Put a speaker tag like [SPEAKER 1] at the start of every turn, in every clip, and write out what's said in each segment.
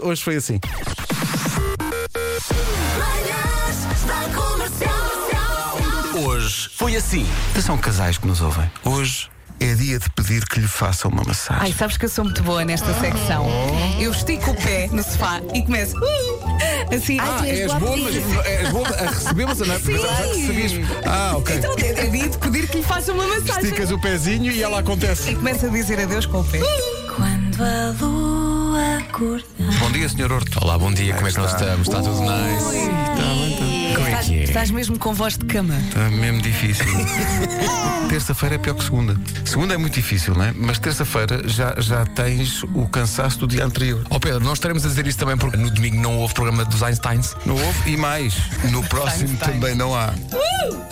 [SPEAKER 1] hoje foi assim.
[SPEAKER 2] Manhãs da Comercial.
[SPEAKER 3] Hoje foi assim. São casais que nos ouvem. Hoje é dia de pedir que lhe façam uma massagem.
[SPEAKER 4] Ai, sabes que eu sou muito boa nesta secção. Eu estico o pé no sofá e começo. "Uh", assim.
[SPEAKER 1] Ah, és bom, mas és bom a receber, mas não é? Pensava que recebias. Ah, ok.
[SPEAKER 4] Então é é dia de pedir que lhe faça uma massagem.
[SPEAKER 1] Esticas o pezinho e ela acontece.
[SPEAKER 4] E começo a dizer adeus com o pé.
[SPEAKER 2] Quando a lua acordar.
[SPEAKER 3] Bom dia, Sr. Horto. Olá, bom dia. Como é que nós estamos? Está tudo nice? Como é
[SPEAKER 4] Estás,
[SPEAKER 3] que é?
[SPEAKER 4] estás mesmo com voz de cama.
[SPEAKER 3] Está Ah, mesmo difícil. terça-feira é pior que segunda. Segunda é muito difícil, não é? Mas terça-feira já, já tens o cansaço do dia anterior.
[SPEAKER 5] Ó Pedro, nós estaremos a dizer isso também porque no domingo não houve programa dos Einsteins.
[SPEAKER 3] Não houve? E mais, no próximo
[SPEAKER 4] Einstein.
[SPEAKER 3] também não há.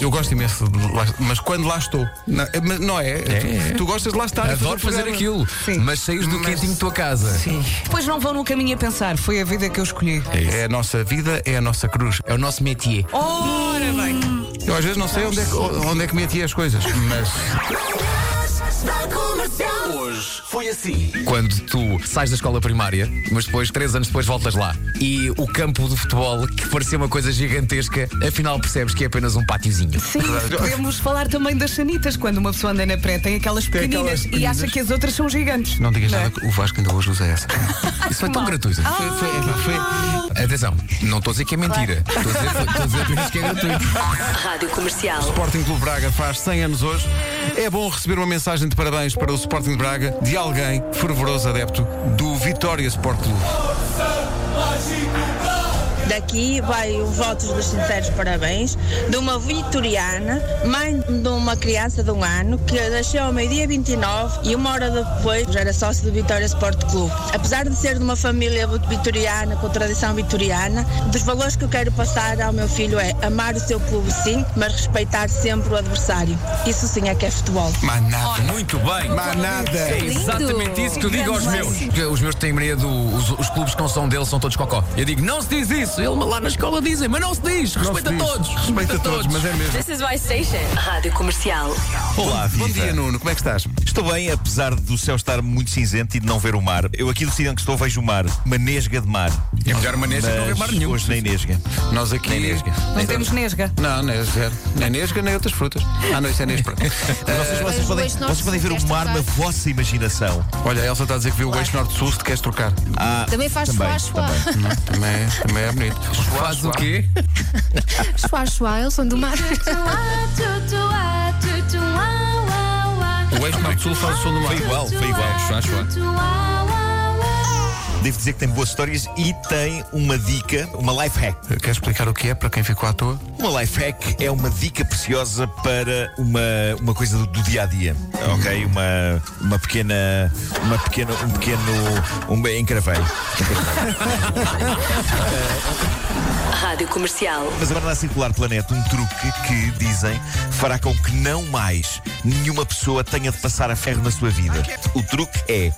[SPEAKER 3] Eu gosto imenso de lá, mas quando lá estou. Não é? mas não é? Tu, tu gostas de lá estar.
[SPEAKER 5] Adoro fazer
[SPEAKER 3] aquilo.
[SPEAKER 5] aquilo,
[SPEAKER 4] Sim.
[SPEAKER 5] mas saís do quentinho de tua casa. Sim.
[SPEAKER 4] Depois não vão no caminho a pensar. Foi a vida que eu escolhi.
[SPEAKER 3] É a nossa vida, é a nossa cruz.
[SPEAKER 5] É o nosso métier.
[SPEAKER 4] Ora bem.
[SPEAKER 3] Eu às vezes não sei onde é que, onde é que meti as coisas, mas
[SPEAKER 2] Manhãs da Comercial.
[SPEAKER 5] Quando tu sais da escola primária, mas depois, três anos depois, voltas lá. E o campo de futebol, que parecia uma coisa gigantesca, afinal percebes que é apenas um pátiozinho.
[SPEAKER 4] Sim, podemos falar também das sanitas. Quando uma pessoa anda na pré, tem aquelas pequeninas
[SPEAKER 3] aquelas
[SPEAKER 4] e
[SPEAKER 3] pequeninas.
[SPEAKER 4] acha que as outras são gigantes.
[SPEAKER 3] não digas
[SPEAKER 4] Não é?
[SPEAKER 3] nada que o Vasco ainda hoje usa essa.
[SPEAKER 5] Isso foi tão gratuito.
[SPEAKER 3] Foi, foi, epá, foi.
[SPEAKER 5] Atenção, não estou a dizer que é mentira. Estou a dizer- estou a dizer apenas que é gratuito.
[SPEAKER 6] Rádio Comercial.
[SPEAKER 3] Sporting Clube Braga faz 100 anos hoje. É bom receber uma mensagem de parabéns para o Sporting de Braga de alguém fervoroso adepto do Vitória Sport Clube.
[SPEAKER 7] Daqui vai o votos dos sinceros parabéns de uma vitoriana, mãe de uma criança de um ano, que nasceu ao meio-dia 29 e uma hora depois já era sócio do Vitória Sport Clube. Apesar de ser de uma família vitoriana, com tradição vitoriana, dos valores que eu quero passar ao meu filho é amar o seu clube sim, mas respeitar sempre o adversário. Isso sim é que é futebol.
[SPEAKER 3] Mas nada.
[SPEAKER 5] Muito bem.
[SPEAKER 3] Mas nada.
[SPEAKER 5] É exatamente isso que eu digo aos meus. Porque Os meus têm mania do. Os, os clubes que não são deles são todos cocó. Eu digo, não se diz isso. Ele lá na escola dizem, mas não se diz.
[SPEAKER 3] Não se
[SPEAKER 5] Respeita
[SPEAKER 3] diz.
[SPEAKER 5] todos.
[SPEAKER 3] Respeita todos, mas é mesmo.
[SPEAKER 6] This is my station. Rádio Comercial.
[SPEAKER 8] Olá,
[SPEAKER 3] Bom
[SPEAKER 8] viva.
[SPEAKER 3] dia, Nuno. Como é que estás?
[SPEAKER 8] Estou bem, apesar do céu estar muito cinzento e de não ver o mar. Eu aqui do sítio onde estou vejo o mar, uma nesga de mar.
[SPEAKER 5] É melhor maneira de não haver
[SPEAKER 8] Mas
[SPEAKER 5] mar nenhum.
[SPEAKER 8] hoje nem nesga.
[SPEAKER 3] Nós aqui.
[SPEAKER 4] Não temos nesga.
[SPEAKER 3] Não, nem é zero. Nem nesga, nem outras frutas. Ah, não, isso é nespra.
[SPEAKER 8] Vocês, vocês
[SPEAKER 9] Mas
[SPEAKER 8] podem,
[SPEAKER 9] hoje nós
[SPEAKER 8] vocês podem ver o mar na
[SPEAKER 9] fizeste
[SPEAKER 8] vossa imaginação.
[SPEAKER 3] Olha, a Elsa está a dizer que viu o eixo norte-sul se te queres trocar.
[SPEAKER 8] Ah,
[SPEAKER 9] Também faz suá, suá.
[SPEAKER 3] Não, também, é- também é bonito.
[SPEAKER 5] Faz o quê?
[SPEAKER 9] Suá, suá, eles são do mar.
[SPEAKER 3] O eixo norte-sul faz o som do mar.
[SPEAKER 8] Foi igual, foi igual. Devo dizer que tem boas histórias e tem uma dica, uma life hack.
[SPEAKER 3] Queres explicar o que é para quem ficou à toa?
[SPEAKER 8] Uma life hack é uma dica preciosa para uma, uma coisa do, dia a dia, ok? Uma, uma pequena, uma pequena, um pequeno, um encravei.
[SPEAKER 6] Rádio Comercial.
[SPEAKER 8] Mas agora anda a circular pela net um truque que, dizem, fará com que não mais nenhuma pessoa tenha de passar a ferro na sua vida. O truque é,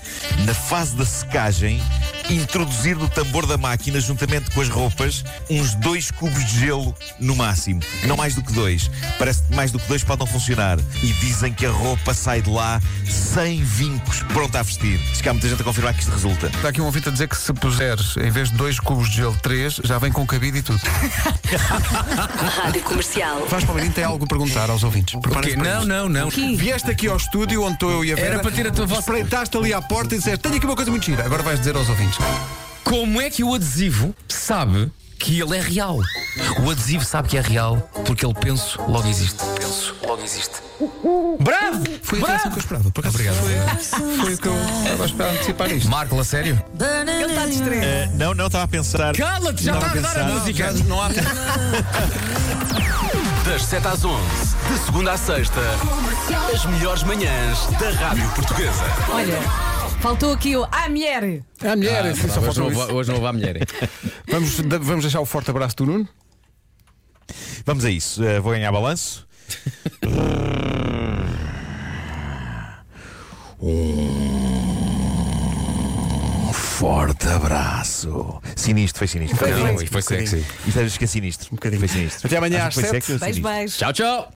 [SPEAKER 8] na fase da secagem, introduzir no tambor da máquina, juntamente com as roupas, uns dois cubos de gelo no máximo. Não mais do que dois. Parece que mais do que dois pode não funcionar. E dizem que a roupa sai de lá sem vincos, pronta a vestir. Diz que há muita gente a confirmar que isto resulta.
[SPEAKER 3] Está aqui um ouvinte a dizer que se puseres, em vez de dois cubos de gelo, três, já vem com cabide e tudo.
[SPEAKER 6] Rádio Comercial.
[SPEAKER 3] Vasco Palmeirinho tem algo a perguntar aos ouvintes.
[SPEAKER 5] O quê?
[SPEAKER 3] Preparem-se para
[SPEAKER 5] Não,
[SPEAKER 3] isto.
[SPEAKER 5] não, não.
[SPEAKER 3] Vieste aqui ao estúdio onde estou eu e a Vera.
[SPEAKER 5] Era para ter a tua voz.
[SPEAKER 3] Espreitaste ali à porta e disseste: Tenho aqui uma coisa muito gira. Agora vais dizer aos ouvintes.
[SPEAKER 5] Como é que o adesivo sabe que ele é real? O adesivo sabe que é real porque ele penso, logo existe. Penso, logo existe. Bravo!
[SPEAKER 3] Foi a reação
[SPEAKER 5] Bravo!
[SPEAKER 3] que eu esperava. Por acaso,
[SPEAKER 5] Obrigado.
[SPEAKER 3] Foi, foi o que eu estava a esperar antecipar isto.
[SPEAKER 5] Marco, a sério?
[SPEAKER 4] Ele está distraído.
[SPEAKER 8] Ah, não, não, estava a pensar.
[SPEAKER 5] Cala-te, já
[SPEAKER 8] Estava
[SPEAKER 5] está a dar a
[SPEAKER 8] pensar.
[SPEAKER 5] música.
[SPEAKER 3] Não há
[SPEAKER 10] Das 7 às 11, de segunda à sexta, as melhores manhãs da Rádio Portuguesa.
[SPEAKER 3] É.
[SPEAKER 4] Olha, faltou aqui o Ah, mulher!
[SPEAKER 3] A mulher, sim, só faltou isso.
[SPEAKER 5] hoje não vou à mulher.
[SPEAKER 3] Vamos, da- vamos deixar o forte abraço do Nuno.
[SPEAKER 8] Vamos a isso. Eh, vou ganhar balanço. um forte abraço. Sinistro, foi sinistro.
[SPEAKER 5] Não, foi sexy.
[SPEAKER 8] E sabes que é sinistro. Um bocadinho. Foi sinistro.
[SPEAKER 3] Até amanhã
[SPEAKER 8] Acho
[SPEAKER 3] às
[SPEAKER 8] que foi
[SPEAKER 3] sete.
[SPEAKER 8] sexy ou
[SPEAKER 4] Beijo,
[SPEAKER 8] sinistro?
[SPEAKER 4] beijo.
[SPEAKER 5] Tchau, tchau!